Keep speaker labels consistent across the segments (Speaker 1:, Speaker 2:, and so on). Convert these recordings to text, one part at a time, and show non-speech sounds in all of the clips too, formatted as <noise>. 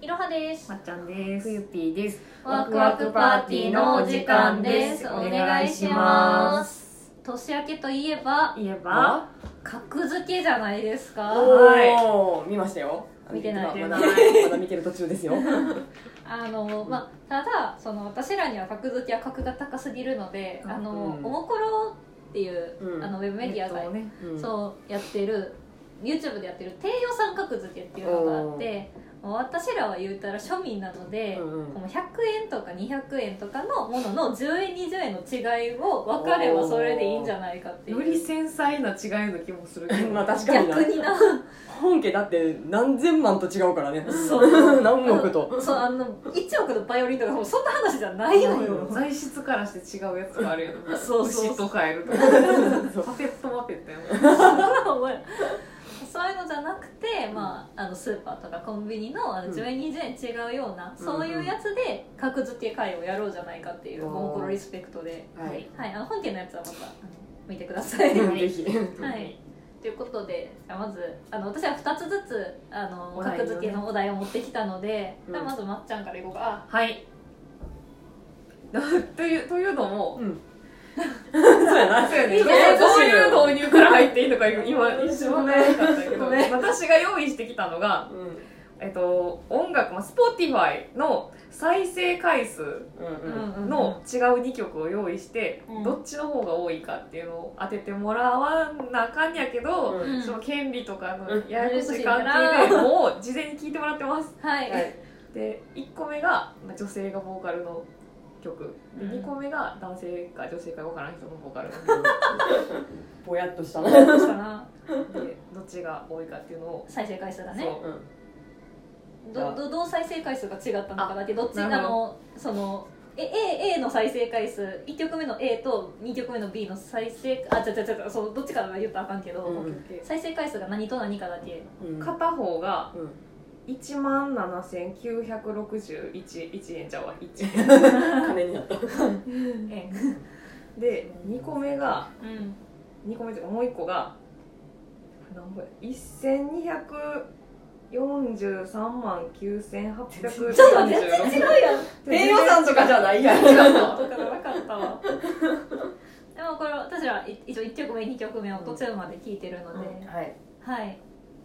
Speaker 1: いろはです
Speaker 2: ま。っちゃんです。
Speaker 3: ゆぴーです。
Speaker 1: ワクワクパーティーのお時間です。お願いします。年明けといえば、
Speaker 2: 言えば
Speaker 1: 格付けじゃないですか。
Speaker 3: おー、見ましたよ。
Speaker 1: 見てない
Speaker 3: まだ
Speaker 2: 見
Speaker 3: ま
Speaker 2: て
Speaker 3: だ見てる途
Speaker 1: <laughs>
Speaker 3: 中ですよ。
Speaker 1: あの、まあ、ただ、その私らには格付けは格が高すぎるので、あの、
Speaker 3: うん
Speaker 1: おもころっていう、
Speaker 3: うん
Speaker 1: あのウェブメディアが、
Speaker 2: えっとね。
Speaker 3: うん
Speaker 1: そうやってる。YouTube でやってる低予算格付けっていうのがあってもう私らは言うたら庶民なので、
Speaker 3: うんうん
Speaker 1: この100円とか200円とかのものの10円20円の違いを分かればそれでいいんじゃないかっていう
Speaker 2: より繊細な違いの気もするけど。
Speaker 3: <laughs> まあ確かにな
Speaker 1: 逆に
Speaker 3: <laughs>
Speaker 1: な
Speaker 3: 本家だって何千万と違うからね。
Speaker 1: そう
Speaker 3: <laughs> 何
Speaker 1: <laughs>
Speaker 3: 億と。
Speaker 1: そうあの1億のバイオリンとかもうそんな話じゃないのよ
Speaker 2: 材質からして違うやつがあるよ
Speaker 3: <laughs>
Speaker 2: ね。
Speaker 1: そうそう
Speaker 2: 牛とカエルとか。パペットマペットやもん。
Speaker 3: <laughs>
Speaker 1: そういうのじゃなくて、まあ、あのスーパーとかコンビニのあの
Speaker 3: うん
Speaker 1: 10円20円違うような、
Speaker 3: うん
Speaker 1: そういうやつで格付け会をやろうじゃないかっていう
Speaker 3: おー
Speaker 1: モンコロリスペクトで、
Speaker 3: はい。
Speaker 1: はい、あの本家のやつはまたあの見てください。
Speaker 3: <laughs> うんぜひ。
Speaker 1: はい、ということでじゃあまずあの私は2つずつあの、
Speaker 2: お題をね
Speaker 1: 格付けのお題を持ってきたので、
Speaker 3: うん
Speaker 1: じゃあまずまっちゃんからいこうか
Speaker 2: はい。という、というのも、
Speaker 3: うん。 <laughs> そうやな。
Speaker 2: そうやね
Speaker 3: ちょっとややこ
Speaker 2: どう
Speaker 3: しいの
Speaker 2: いう
Speaker 3: よ
Speaker 2: 導入から入っていいのか今
Speaker 3: <laughs>
Speaker 2: 今一瞬
Speaker 3: ご
Speaker 2: 分
Speaker 3: め
Speaker 2: か
Speaker 3: ん
Speaker 2: らなかったけど、
Speaker 3: ごめん
Speaker 2: 私が用意してきたのが、
Speaker 3: うん
Speaker 2: えっと、音楽、まあ、Spotify の再生回数
Speaker 3: うんうん。
Speaker 1: うんうん
Speaker 2: の違う2曲を用意して、
Speaker 1: うん
Speaker 2: どっちの方が多いかっていうのを当ててもらわなあかんやけど、
Speaker 3: うん
Speaker 2: その権利とかの
Speaker 3: うん
Speaker 2: ややこしい関係でもう事前に聞いてもらってます
Speaker 1: はい、
Speaker 3: はい
Speaker 2: で1個目がまあ女性がボーカルの曲で
Speaker 1: うん
Speaker 2: 2個目が男性か女性か分からん人のボーカル
Speaker 3: ぼやっとしたな。
Speaker 1: どうしたな
Speaker 2: のでどっちが多いかっていうのを
Speaker 1: 再生回数がね
Speaker 2: そう
Speaker 3: う
Speaker 1: どどどう再生回数が違ったのかだけどっちあ
Speaker 2: なるほ
Speaker 1: のそのえ A, A の再生回数1曲目の A と2曲目の B の再生あ違う違う違うそうどっちかは言ったらあかんけど、
Speaker 3: うん
Speaker 1: 再生回数が何と何かだけ
Speaker 3: ん。うん。
Speaker 2: 片方が
Speaker 1: <laughs>
Speaker 3: うん。
Speaker 2: 1万7961円ちゃうわ1
Speaker 3: 金になった。
Speaker 1: 円、
Speaker 2: で2個目が
Speaker 1: うん、
Speaker 2: 2個目というかもう1個が何個や1243万9846
Speaker 1: ちょっと全然違うやん
Speaker 3: 低予算とかじゃないやん。うん。
Speaker 1: とかなかったわでもこれ私らい一応1曲目2曲目を途中まで聴いてるので、
Speaker 3: はい。
Speaker 1: はい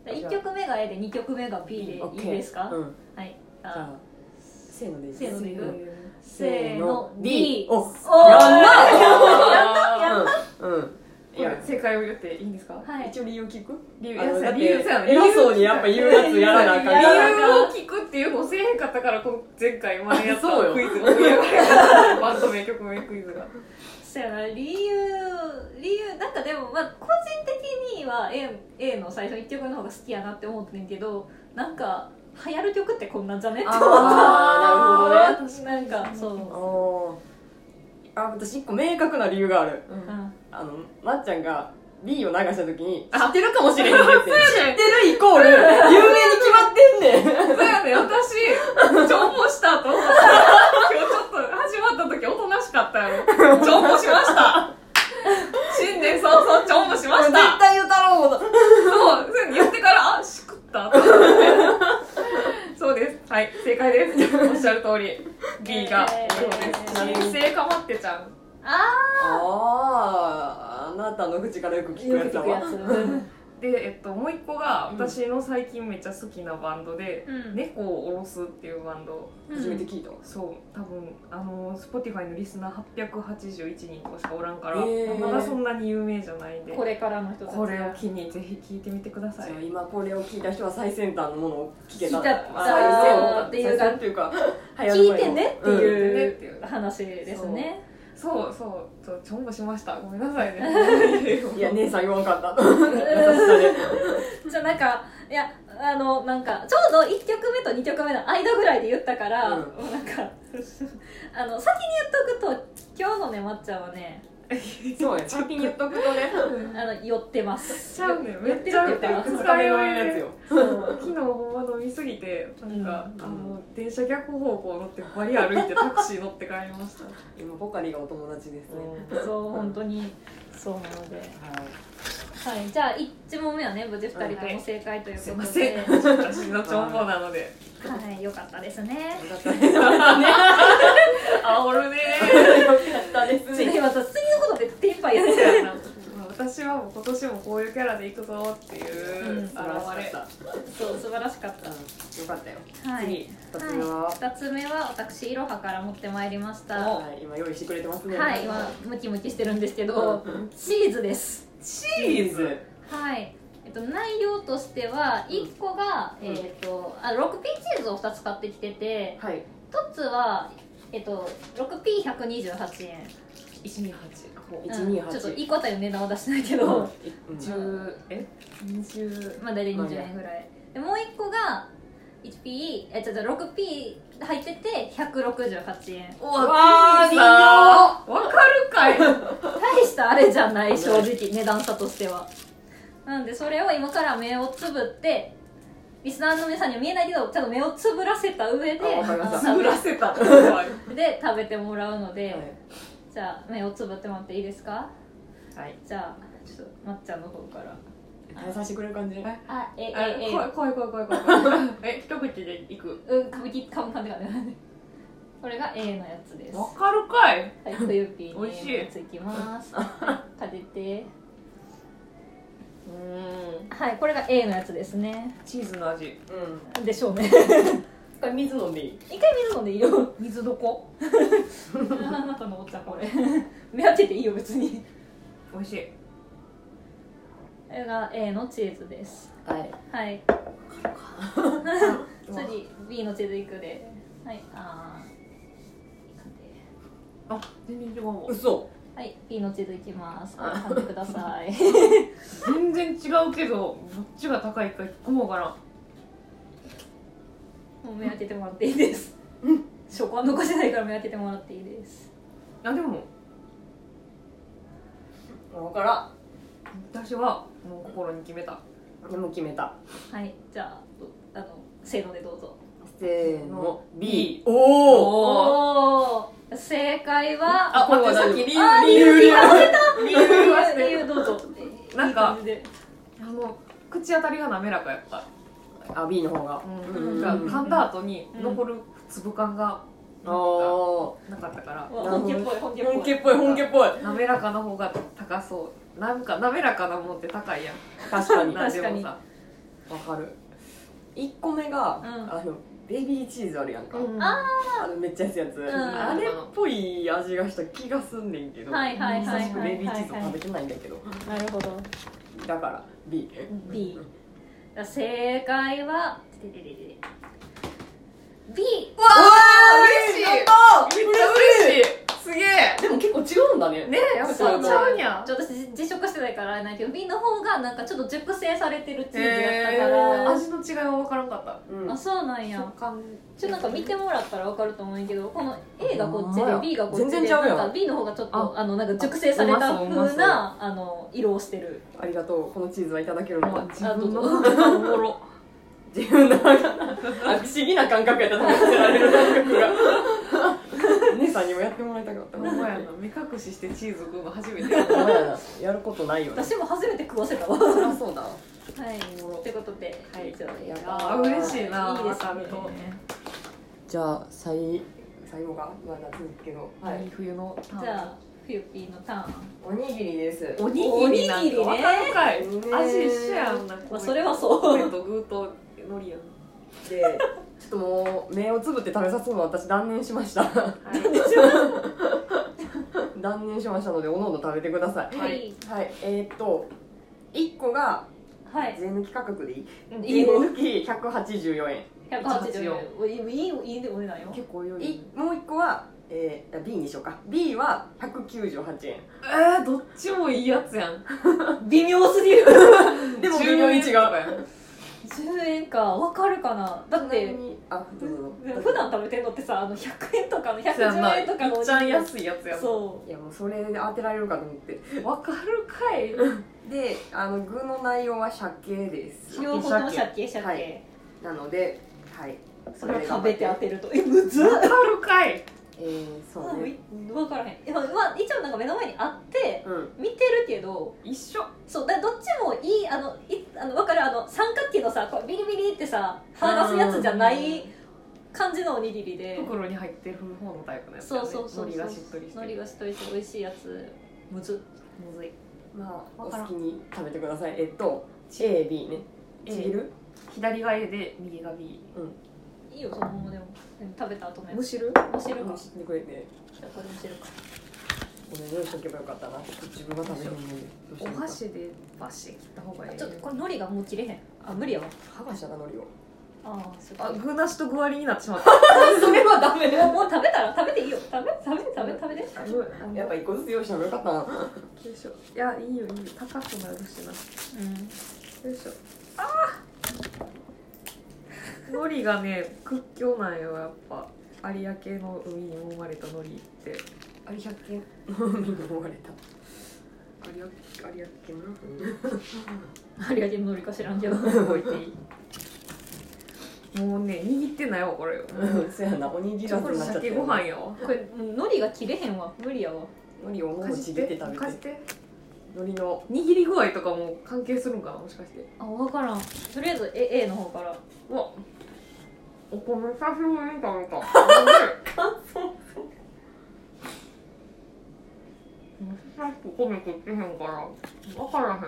Speaker 1: 1曲目が A で2曲目が B でいいですか、
Speaker 3: うん。じ
Speaker 1: はい
Speaker 3: ゃあ、せーのでいい
Speaker 1: せーのでいく
Speaker 3: うん
Speaker 1: せーの
Speaker 3: D
Speaker 1: D
Speaker 3: お
Speaker 1: おー
Speaker 3: やんな
Speaker 1: や
Speaker 3: うんうんい
Speaker 2: いや
Speaker 3: や
Speaker 2: 正解を言っていいんですか
Speaker 1: はい
Speaker 3: 一応理由聞く
Speaker 2: 理由
Speaker 3: あの
Speaker 2: い
Speaker 3: だ
Speaker 2: や
Speaker 3: って
Speaker 2: 理由そうやね
Speaker 3: 偉そうにやっぱ言うやつやらなあか
Speaker 2: 理
Speaker 3: んから
Speaker 2: 由を聞くっていうのをせえへんかったからこの前回までやった
Speaker 3: そうよ
Speaker 2: クイズ盛り上がりやったバンド名曲名クイズが
Speaker 1: そうやな理由理由なんかでもまあ個人的には A, A の最初1曲の方が好きやなって思ってんけどなんか流行る曲ってこんなんじゃねって思った
Speaker 3: あーなるほどね
Speaker 1: なんかそう、
Speaker 3: おーあ私一個明確な理由がある
Speaker 2: うん
Speaker 1: うん
Speaker 3: あのまっちゃんが B を流した時に
Speaker 2: あ
Speaker 3: 知ってるかもしれへんねって
Speaker 2: そうや
Speaker 3: 知
Speaker 2: ね
Speaker 3: ってるイコール有名に決まってんねん
Speaker 2: そうやね私情報したと思った今日ちょっと始まった時おとなしかったやろ情報しました新年早々情報しまし
Speaker 3: 絶
Speaker 2: た
Speaker 3: 対言うたろうもん
Speaker 2: そうそう言ってからあしくったと思ってそうですはい正解ですおっしゃる通り B が
Speaker 1: えー
Speaker 2: そうです新生かまってちゃん
Speaker 1: あ
Speaker 3: あーあなたの口からよく
Speaker 1: あ
Speaker 3: 聞くやつだわ
Speaker 2: で、えっと、もう一個が
Speaker 3: うん
Speaker 2: 私の最近めっちゃ好きなバンドで、
Speaker 1: うん
Speaker 2: 猫を下ろすっていうバンド
Speaker 3: 初めて聞いたわ
Speaker 2: そう多分あの Spotify のリスナー881人とかしかおらんから、
Speaker 3: へー
Speaker 2: まだそんなに有名じゃないんで
Speaker 1: これからの人たちが
Speaker 2: これを機にぜひ聞いてみてください
Speaker 3: じゃあ今これを聞いた人は最先端のものを聞けた
Speaker 1: 聞いた
Speaker 3: まあ最先端
Speaker 1: っていうか
Speaker 3: 最先端っていうか
Speaker 1: 聞いてねって
Speaker 3: う、
Speaker 2: ねっ
Speaker 1: い
Speaker 2: ていう
Speaker 1: う話ですね
Speaker 2: そうそうそうちょんぼしましたごめんなさいね
Speaker 3: うんいや
Speaker 2: ね
Speaker 3: 姉さん言わんかった優しさで
Speaker 1: じゃあなんかいやあのなんかちょうど1曲目と2曲目の間ぐらいで言ったから、 <laughs>
Speaker 3: うん
Speaker 1: なんかあの先に言っとくと今日のねまっちゃんはね
Speaker 3: そうね先に言っとくとね
Speaker 1: あの寄ってます
Speaker 2: ちゃうねんめっちゃ
Speaker 1: 酔ってるって言
Speaker 3: 二
Speaker 2: 二
Speaker 1: って
Speaker 3: 日
Speaker 2: 日
Speaker 3: 目
Speaker 2: 酔
Speaker 3: の
Speaker 2: い
Speaker 3: やつ
Speaker 2: で
Speaker 3: よ
Speaker 2: 昨日ほんま飲みすぎてなんか、
Speaker 3: うん
Speaker 2: あの電車逆方向乗ってバリ歩いてタクシー乗って帰りました
Speaker 3: 今ポカリがお友達ですね
Speaker 1: そう本当にそうなので
Speaker 3: はい
Speaker 1: はいじゃあ1問目はね無事2人とも正解ということで、
Speaker 2: はいすいま私の帳簿なので
Speaker 1: はい、よかったですね。
Speaker 3: よかったですよか
Speaker 2: 煽るね
Speaker 3: ったです
Speaker 1: 次また次のことで手いっぱいやる。
Speaker 2: ー私はもう今年もこういうキャラでいくぞっていう
Speaker 1: うん
Speaker 2: 現
Speaker 3: 素晴らしかっ
Speaker 2: れ
Speaker 3: た
Speaker 1: そう素晴らしかっ
Speaker 3: うんよかったよ
Speaker 1: た。はい。
Speaker 3: 次二つ目は
Speaker 1: はい、二つ目は私いろはから持ってまいりました。は
Speaker 3: はい今用意してくれてますね
Speaker 1: い、今ムキムキしてるんですけど、
Speaker 3: うん
Speaker 1: チーズです。
Speaker 3: チーズ
Speaker 1: はい。えっと内容としては一個が、
Speaker 3: うん
Speaker 1: えっとあ 6P チーズを二つ買ってきてて、
Speaker 3: はい
Speaker 1: 一つはえっと 6P128 円。
Speaker 2: 一二八ほう
Speaker 1: うん
Speaker 3: 128
Speaker 1: ちょっと一個あたりの値段は出してないけど。
Speaker 3: うん
Speaker 2: 十え二十
Speaker 1: まあ大体20円ぐらいでもう一個が 1P えちょっと 6P 入ってて168円
Speaker 2: う
Speaker 3: わー
Speaker 2: ピーさーわかるかい
Speaker 1: 大したあれじゃない正直値段差としてはなんでそれを今から目をつぶってリスナーの皆さんには見えないけどちゃんと目をつぶらせた上で
Speaker 3: あわかりました
Speaker 1: あの
Speaker 2: つぶらせたってことはある
Speaker 1: で食べてもらうので、
Speaker 3: はい
Speaker 1: じゃあ目をつぶってもらっていいですか
Speaker 3: はい
Speaker 1: じゃあちょっとまっちゃんの方から
Speaker 3: 食べさせてくれる感じ
Speaker 2: はい
Speaker 1: あええ
Speaker 2: あ
Speaker 1: え
Speaker 2: 怖い怖い怖い怖い怖いえ一口でいく
Speaker 1: えうんかぶきかぶかんでかんでこれが A のやつです
Speaker 2: わかるかい
Speaker 1: はい、小指に
Speaker 2: 美味しい
Speaker 1: ついきます。はいかけて。
Speaker 3: うん
Speaker 1: はい、これが A のやつですね。
Speaker 2: チーズの味
Speaker 3: うん
Speaker 1: でしょうね。
Speaker 3: 一回水飲んでいい
Speaker 1: 一回水飲んでいいよ。
Speaker 2: 水どこ
Speaker 1: あなたのおっちゃんこれ。 <laughs> 目当てていいよ、別に。
Speaker 2: 美味しい
Speaker 1: これが A のチーズです。
Speaker 3: はい
Speaker 1: はい。
Speaker 2: うわ
Speaker 1: 次、B のチーズいくで。はい、あー。
Speaker 2: あ全然違うわ
Speaker 3: 嘘
Speaker 1: はい、B のチーズいきます。
Speaker 3: あ
Speaker 1: 噛んでくださ <laughs> い。
Speaker 2: 全然違うけどどっちが高いか一個もわからん
Speaker 1: もう目当ててもらっていいです。証拠は残してないから目当ててもらっていいです。
Speaker 2: あでも
Speaker 3: 分から
Speaker 2: 私はもう心に決めた
Speaker 3: んでも決めた
Speaker 1: はい、じゃあ、どあの、せーのでどうぞ。
Speaker 3: せーの
Speaker 2: B
Speaker 3: お
Speaker 2: お
Speaker 3: お
Speaker 1: お
Speaker 2: ー
Speaker 1: ー正解は
Speaker 3: あ
Speaker 2: これは
Speaker 3: 待
Speaker 2: 大
Speaker 3: って
Speaker 2: 丈
Speaker 3: さっき理
Speaker 1: あー
Speaker 3: 由理由理由
Speaker 1: 理
Speaker 2: 理由は
Speaker 1: 由理
Speaker 2: ね
Speaker 1: 由どうぞ
Speaker 2: なんか
Speaker 1: いい感じで
Speaker 2: あの口当たりが滑らかやった
Speaker 3: あ B の方が
Speaker 2: うん
Speaker 1: な
Speaker 2: なんか噛んだ後に残る粒感が
Speaker 3: あー
Speaker 2: なかったから
Speaker 1: わ本家っぽい本家っぽい
Speaker 3: 本家っぽい本家っぽい
Speaker 2: 滑らかな方が高そうなんか滑らかなもんって高いやん
Speaker 3: 確かに
Speaker 2: なんで
Speaker 1: 確か
Speaker 2: も
Speaker 1: に
Speaker 2: さ
Speaker 3: わかる一個目が、
Speaker 1: ん
Speaker 3: あのベビーチーズあるやんか、
Speaker 2: あ
Speaker 3: あのめっちゃ安いやつ、
Speaker 1: ん
Speaker 3: あれっぽい味がした気がすんねんけど、
Speaker 1: はいはいはいはいはいはい
Speaker 3: 久しくベビーチーズを食べてないんだけど、
Speaker 1: なるほど
Speaker 3: だから B
Speaker 1: B 正解はててててて B
Speaker 2: わあ
Speaker 3: 嬉しい
Speaker 2: 嬉しいめっち
Speaker 3: やった
Speaker 2: ゃ嬉しいすげえ
Speaker 3: でも結構違うんだね
Speaker 2: ねえやっぱち
Speaker 1: そう
Speaker 2: ゃうやん
Speaker 1: ちょっと私自食してないからあれないけど B の方がなんかちょっと熟成されてるチーズやったか
Speaker 2: へー
Speaker 1: ら
Speaker 2: 味の違いは分からんかった
Speaker 3: うん
Speaker 1: あそうなんや
Speaker 2: 食感
Speaker 1: ちょっとなんか見てもらったら分かると思うんやけどこの A がこっち
Speaker 3: ほんま
Speaker 1: で
Speaker 3: や
Speaker 1: B がこっち
Speaker 3: 全
Speaker 1: で
Speaker 3: 然ちゃうや
Speaker 1: なん
Speaker 3: ん
Speaker 1: か B の方がちょっと
Speaker 2: あ
Speaker 1: あのなんか熟成された
Speaker 2: うまそううま
Speaker 1: 風
Speaker 2: そう
Speaker 1: なあの色をしてる
Speaker 3: ありがとうこのチーズはいただけるの
Speaker 2: もう
Speaker 3: は
Speaker 2: 自分
Speaker 1: <laughs>
Speaker 2: の
Speaker 1: あ
Speaker 2: おもろ
Speaker 3: 自分の中のあ不思議な感覚やった食べてられる感覚が姉さんにもやってもらいたかった
Speaker 2: ほんまやな目隠ししてチーズ食うの初めて
Speaker 3: ほんまやなやることないよね
Speaker 1: 私も初めて食わせたわは
Speaker 3: そりゃそうだ
Speaker 1: いってことで
Speaker 3: は
Speaker 1: 以
Speaker 3: い
Speaker 1: 上で
Speaker 3: やった
Speaker 1: <laughs>
Speaker 2: あー嬉しいない
Speaker 1: いです
Speaker 2: 当たると
Speaker 1: ね
Speaker 3: じゃあ最最後がまだ続くけどはい
Speaker 2: いい冬のターン
Speaker 1: じゃあ冬ピーのターン
Speaker 3: おにぎりです
Speaker 2: おにぎりなんか分かるかい
Speaker 3: おにぎりね
Speaker 2: 味一緒やんな
Speaker 1: まあそれはそう
Speaker 2: 米と具と海苔やん
Speaker 3: でちょっともう目をつぶって食べさせるの私断念しました <laughs> 断念しましたのでおのおの食べてください
Speaker 1: は
Speaker 2: はいい
Speaker 3: はいえー、っと1個が
Speaker 1: はい
Speaker 3: 税抜き価格でいい
Speaker 1: いい
Speaker 3: 税
Speaker 1: よ
Speaker 3: 抜き184円
Speaker 1: 184円いいよいいでお値段よ
Speaker 2: 結構良
Speaker 3: い
Speaker 2: い
Speaker 3: もう1個は、えー、B にしようか B は198円
Speaker 2: えー、どっちもいいやつやん
Speaker 1: 微妙すぎる
Speaker 3: でも
Speaker 2: 10
Speaker 3: 微妙に違
Speaker 2: 円
Speaker 3: う
Speaker 2: とかやん
Speaker 1: 10円かわかるかなだっ
Speaker 3: ちな
Speaker 1: て
Speaker 3: みにあどうぞ
Speaker 1: で
Speaker 3: ど
Speaker 1: も
Speaker 3: うぞ
Speaker 1: 普段食べてるのってさあの100円とかの
Speaker 2: じゃあま
Speaker 1: 110
Speaker 2: あい
Speaker 1: 円とかの
Speaker 2: っちゃん安いやつやう
Speaker 1: そ
Speaker 3: いやもうそれで当てられるかと思って
Speaker 1: うわかるかい
Speaker 3: であの具の内容は鮭です
Speaker 1: 両方ともシャケシャケ、
Speaker 3: はいなのではい
Speaker 1: それを食べて当てるとえむずっ
Speaker 2: わかるかい
Speaker 3: えー、そうね
Speaker 1: 分からへんいやまあ一応なんか目の前にあって
Speaker 3: うん
Speaker 1: 見てるけど
Speaker 2: 一緒
Speaker 1: そうだどっちもいいあのいあの分かるあの三角形のさこうビリビリってさ剥がすやつじゃない感じのおにぎりで
Speaker 2: 袋に入ってる方のタイプのやつや
Speaker 1: そ
Speaker 2: ね
Speaker 1: うそうそうそう
Speaker 2: 海苔がしっとりして
Speaker 1: 海苔
Speaker 2: る
Speaker 1: がしっとりして美味しいやつむずむずい
Speaker 3: まあお
Speaker 2: わからん
Speaker 3: 好きに食べてくださいえっと AB ねちぎる
Speaker 2: 左が A で右が B
Speaker 1: いいよそのままでもでも食べた後のや
Speaker 3: む
Speaker 1: つ
Speaker 3: しる
Speaker 1: むし
Speaker 3: う
Speaker 1: るか
Speaker 3: ん知ってくれて
Speaker 1: じゃあこれむしるか
Speaker 3: 俺どうしとけばよかったな自分が食べるのにどうしようか
Speaker 2: でバシ切った方が
Speaker 1: ちょっとこれ海苔がもう切れへんあ無理やわ
Speaker 3: 剥がしたかのりを
Speaker 1: ああすごい
Speaker 2: あ具なしと具割りになってしまった
Speaker 1: <laughs> それはダメもうもう食べたら食べていいよ食べ食べ食べ食べで
Speaker 3: やっぱ一個ずつ用意した方がよか
Speaker 2: <laughs>
Speaker 3: ったな
Speaker 2: よいしょいやいいよいいよ高くなるしな
Speaker 1: <laughs> うん
Speaker 2: よいしょああ海苔がね屈強なんよやっぱ有明の海に生まれた海苔って
Speaker 3: あれ100件飲まれた
Speaker 2: 有明有
Speaker 3: うん
Speaker 1: 有明の海苔か知らん <laughs> けど
Speaker 2: 明置いていいもうね握ってないわこれ
Speaker 3: うんそうやなおにぎ
Speaker 2: ち
Speaker 3: ら
Speaker 2: ょ
Speaker 3: ず
Speaker 2: こ
Speaker 3: に
Speaker 2: れ
Speaker 3: なっちゃって
Speaker 2: 鮭
Speaker 3: る
Speaker 2: ご飯よ
Speaker 1: これもう海苔が切れへんわ無理やわ
Speaker 3: のりをもうちぎって食べて
Speaker 2: 貸して
Speaker 3: のりの
Speaker 2: 握り具合とかも関係するんかなもしかして
Speaker 1: あ分からんとりあえず A, A の方から
Speaker 2: うわお米久しぶりに食べたお米食ってへんから分からへん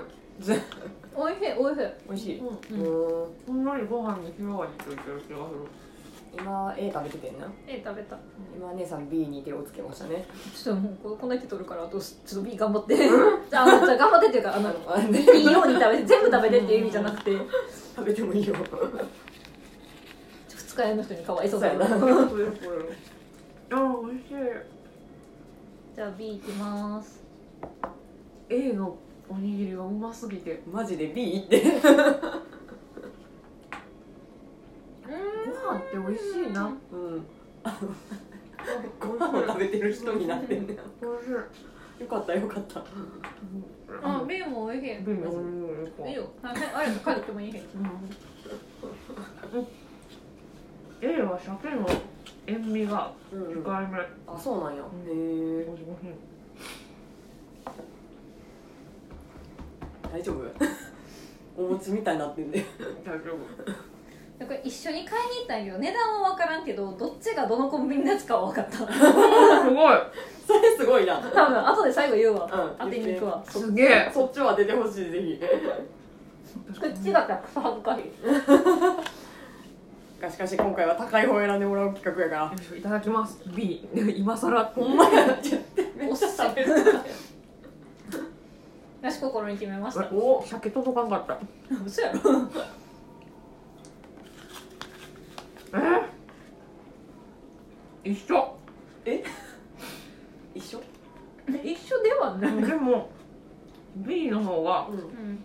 Speaker 1: おいしいおいしい
Speaker 3: 美味しい
Speaker 2: うん
Speaker 1: うん
Speaker 3: うん
Speaker 2: ほんのりご飯に広がりついてる気が
Speaker 3: 今 A 食べててんな
Speaker 1: A 食べた
Speaker 3: 今姉さん B に手をつけましたね
Speaker 1: ちょっともうここんだけ取るからあとちょっと B 頑 <laughs> 張ってじゃああのじゃあ頑張ってっていうかあ
Speaker 3: あ
Speaker 1: の
Speaker 3: のあね
Speaker 1: いいように食 <laughs> べて全部食べてっていう意味じゃなくて
Speaker 3: 食べてもいいよ
Speaker 1: 二日酔いの人にかわいそ
Speaker 3: そうう
Speaker 1: だな
Speaker 3: やな
Speaker 2: するあ美味しい
Speaker 1: じゃあ B いきます
Speaker 2: A のおにぎりがうますぎて
Speaker 3: マジで B って
Speaker 2: ご飯って美味しいな
Speaker 3: うんご飯を食べてる人になってんねよ
Speaker 2: 美味しい
Speaker 3: かったよかった
Speaker 1: あ B もおいしい
Speaker 2: ビンビンビン
Speaker 1: いいよああれ帰ってもいいけど
Speaker 2: うん A は鮭の塩味が
Speaker 3: うんうん
Speaker 2: 控えめ
Speaker 3: あそうなんや
Speaker 2: ん
Speaker 3: へえ
Speaker 2: 美味しい美味しい
Speaker 3: 大 <laughs> 丈夫お餅みたいになってんで
Speaker 2: 大丈夫
Speaker 1: だから一緒に買いに行ったんやけど値段は分からんけどどっちがどのコンビニのやつかは分か <laughs> った
Speaker 2: すごい
Speaker 3: それすごいな
Speaker 1: 多分後で最後言うわ、
Speaker 3: う
Speaker 1: 当
Speaker 3: ん
Speaker 1: てに行くわ
Speaker 2: すげえ
Speaker 3: そっちを当ててほしいぜひ
Speaker 1: こっちだったらクソ恥ずかしい
Speaker 3: がしかし今回は高い方を選んでもらう企画やか
Speaker 2: よ
Speaker 3: ら
Speaker 2: いしょいただきます B 今さら
Speaker 3: ほんまやちょっとめっちゃ食べる
Speaker 1: <laughs> 私心に決めました
Speaker 2: お鮭届かんかった
Speaker 1: 嘘やろ
Speaker 2: えー、一緒
Speaker 3: 一緒
Speaker 1: <laughs> 一緒ではない、
Speaker 2: でも B の方が
Speaker 3: うん
Speaker 1: ん、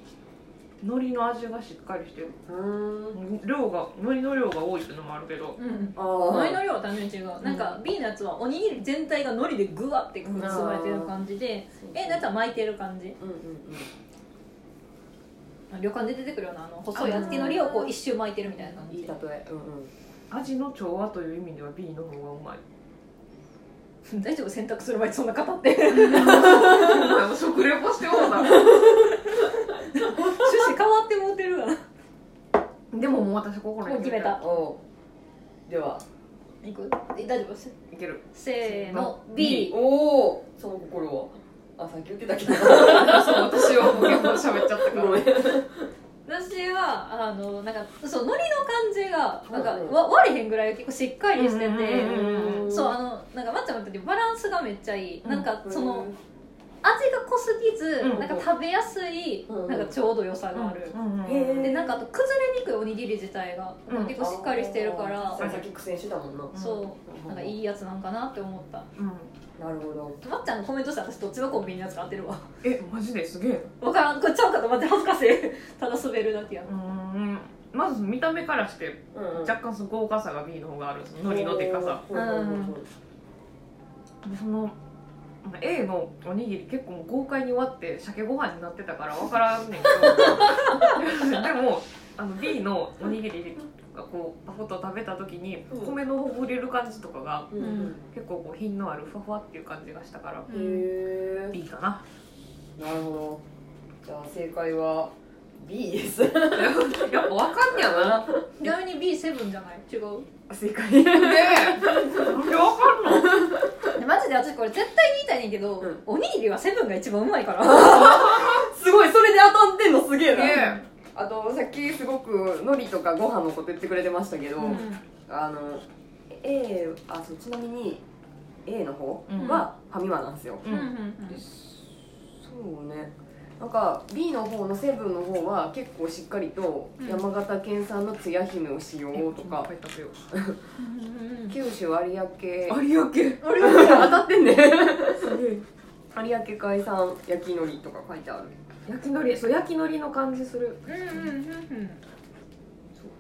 Speaker 2: 海苔の味がしっかりしてる
Speaker 3: うん
Speaker 2: 量が海苔の量が多いっていうのもあるけど
Speaker 1: うん
Speaker 3: あ
Speaker 1: 海苔
Speaker 3: ー
Speaker 1: の量は単純に違う、なんか B のやつはおにぎり全体が海苔でグワって包まれてる感じで A のやつは巻いてる感じ
Speaker 3: うんうん
Speaker 1: 旅館で出てくるようなあの細い厚きのりをこう一周巻いてるみたいな感
Speaker 3: うんい
Speaker 1: じ
Speaker 3: い例えうんうん
Speaker 2: 味の調和という意味では B の方がうまい
Speaker 1: 大丈夫選択する前にそんな語 <laughs> って趣
Speaker 2: 食レポしてもうた
Speaker 1: 旨変わってもうてるわ
Speaker 2: でももう私心に
Speaker 1: もう決めた
Speaker 3: おうではい
Speaker 1: くえ大丈夫せ
Speaker 2: いける
Speaker 1: せーの
Speaker 3: B
Speaker 1: B
Speaker 3: おおその心はあさっき言ってたけ <laughs> ど
Speaker 2: そう私はもう結構喋っちゃったから
Speaker 3: ごめん
Speaker 1: 私はあのなんかそう海苔の感じがなんか、
Speaker 3: うんうん
Speaker 1: わ割れへんぐらい結構しっかりしてて、
Speaker 2: うんうんうん
Speaker 1: そうあのなんかまっちゃんも言ったけどバランスがめっちゃいい、
Speaker 2: うん
Speaker 1: なんかその味が濃すぎず、
Speaker 2: うん
Speaker 1: なんか食べやすい、
Speaker 3: うん
Speaker 1: なんかちょうど良さがある、
Speaker 2: うんうん
Speaker 3: へー
Speaker 1: でなんかあと崩れにくいおにぎり自体が、
Speaker 2: うん
Speaker 1: 結構しっかりしてるか
Speaker 3: あ
Speaker 1: ら
Speaker 3: ーそれさっき苦戦してたもんな
Speaker 1: そ
Speaker 3: うん
Speaker 1: うなんかいいやつなんかなって思った
Speaker 2: うん
Speaker 3: なるほど
Speaker 1: まっちゃんのコメントしたら私どっちのコンビニのやつか合ってるわ <laughs>
Speaker 2: えマジですげえ
Speaker 1: わからんこれちゃうかと思って恥ずかしいただ滑るだけや
Speaker 2: うんまずその見た目からして
Speaker 3: うんうん
Speaker 2: 若干その豪華さが B の方があるその海苔のでかさ
Speaker 3: うんうん
Speaker 2: でそのまあ A のおにぎり結構もう豪快に終わって鮭ご飯になってたから分からんねんけど <laughs> でもあの B のおにぎりがこうパフッと食べた時に
Speaker 3: うん
Speaker 2: 米のほぐれる感じとかが
Speaker 3: うんうん
Speaker 2: 結構こう品のあるふわふわっていう感じがしたから
Speaker 3: へえ
Speaker 2: B か <laughs> な
Speaker 3: なるほどじゃあ正解は B です
Speaker 2: やっぱ分かんねやな
Speaker 1: ちなみに B7 じゃない違う
Speaker 3: <laughs> 正解
Speaker 2: ねえ
Speaker 3: <laughs>
Speaker 2: なんで分かんの
Speaker 1: マジで私これ絶対言いたいねんけど、
Speaker 3: うん
Speaker 1: おにぎりはセブンが一番うまいから
Speaker 3: すごいそれで当たってんのすげえな、
Speaker 2: ね
Speaker 3: あとさっきすごく海苔とかご飯のこと言ってくれてましたけど、
Speaker 2: うん
Speaker 3: あの A あそうちなみに A の方
Speaker 2: うん
Speaker 3: はファミマなんですよ、
Speaker 2: うん
Speaker 3: そうねなんか B の方のセブンの方は結構しっかりと
Speaker 1: うん
Speaker 3: 山形県産のつや姫を使用とか、
Speaker 2: いっぱい食べよう
Speaker 3: 九州有明
Speaker 2: 有明
Speaker 3: あれ <laughs> 当たってんね有明海産焼きのりとか書いてある
Speaker 2: 焼きのりそう焼きのりの感じする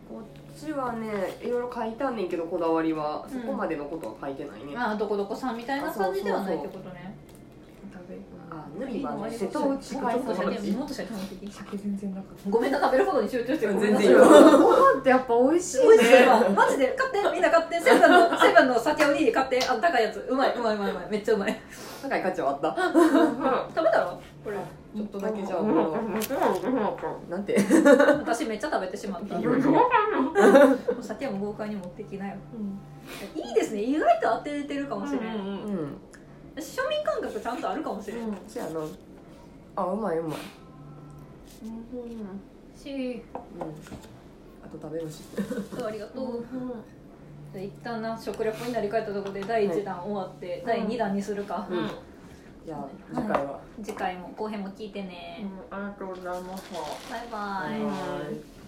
Speaker 3: こっちはねいろいろ書いてあんねんけどこだわりは
Speaker 1: う
Speaker 3: そ
Speaker 1: ん
Speaker 3: こまでのことは書いてないね、あ
Speaker 1: まあどこどこさんみたいな感じではないってことね
Speaker 2: 食べ
Speaker 3: のりはね瀬戸内海
Speaker 1: もっと下
Speaker 3: 産
Speaker 1: げてもっと下げてもっと下げて
Speaker 2: 酒全然なかった
Speaker 1: ごめんな食べることに集中してごめん
Speaker 3: 全
Speaker 1: な
Speaker 3: 然いいよ
Speaker 2: ご飯ってやっぱ美味しい
Speaker 1: 美味しい
Speaker 2: ね
Speaker 1: わマジで買ってみんな買ってセブンのセブンの酒おにぎり買ってあの高いやつうまいうまいうまいうまいめっちゃうまい
Speaker 3: 高い価値はあった
Speaker 1: 食べたろこれ
Speaker 3: ちょっとだけじゃあ、
Speaker 2: うん
Speaker 3: も
Speaker 2: うんもちろんうんうん
Speaker 3: うなんて
Speaker 1: 私めっちゃ食べてしまった
Speaker 3: うん
Speaker 1: お酒も豪快に持ってきなよ
Speaker 2: うん
Speaker 1: いいですね意外と当てれてるかもしれない、
Speaker 2: うん
Speaker 3: うん
Speaker 1: 庶民感覚ちゃんとあるかもしれない、
Speaker 3: そやなあうまいうまい
Speaker 1: し
Speaker 3: うんあと食べるし
Speaker 1: そうありがとう、じゃあ一旦な食レポになり変えたところで第1弾終わって、第2弾にするか、
Speaker 3: うんじゃあ次回は
Speaker 1: 次回も後編も聞いてね、
Speaker 2: ありがとうございます
Speaker 1: バイバイ、
Speaker 3: はい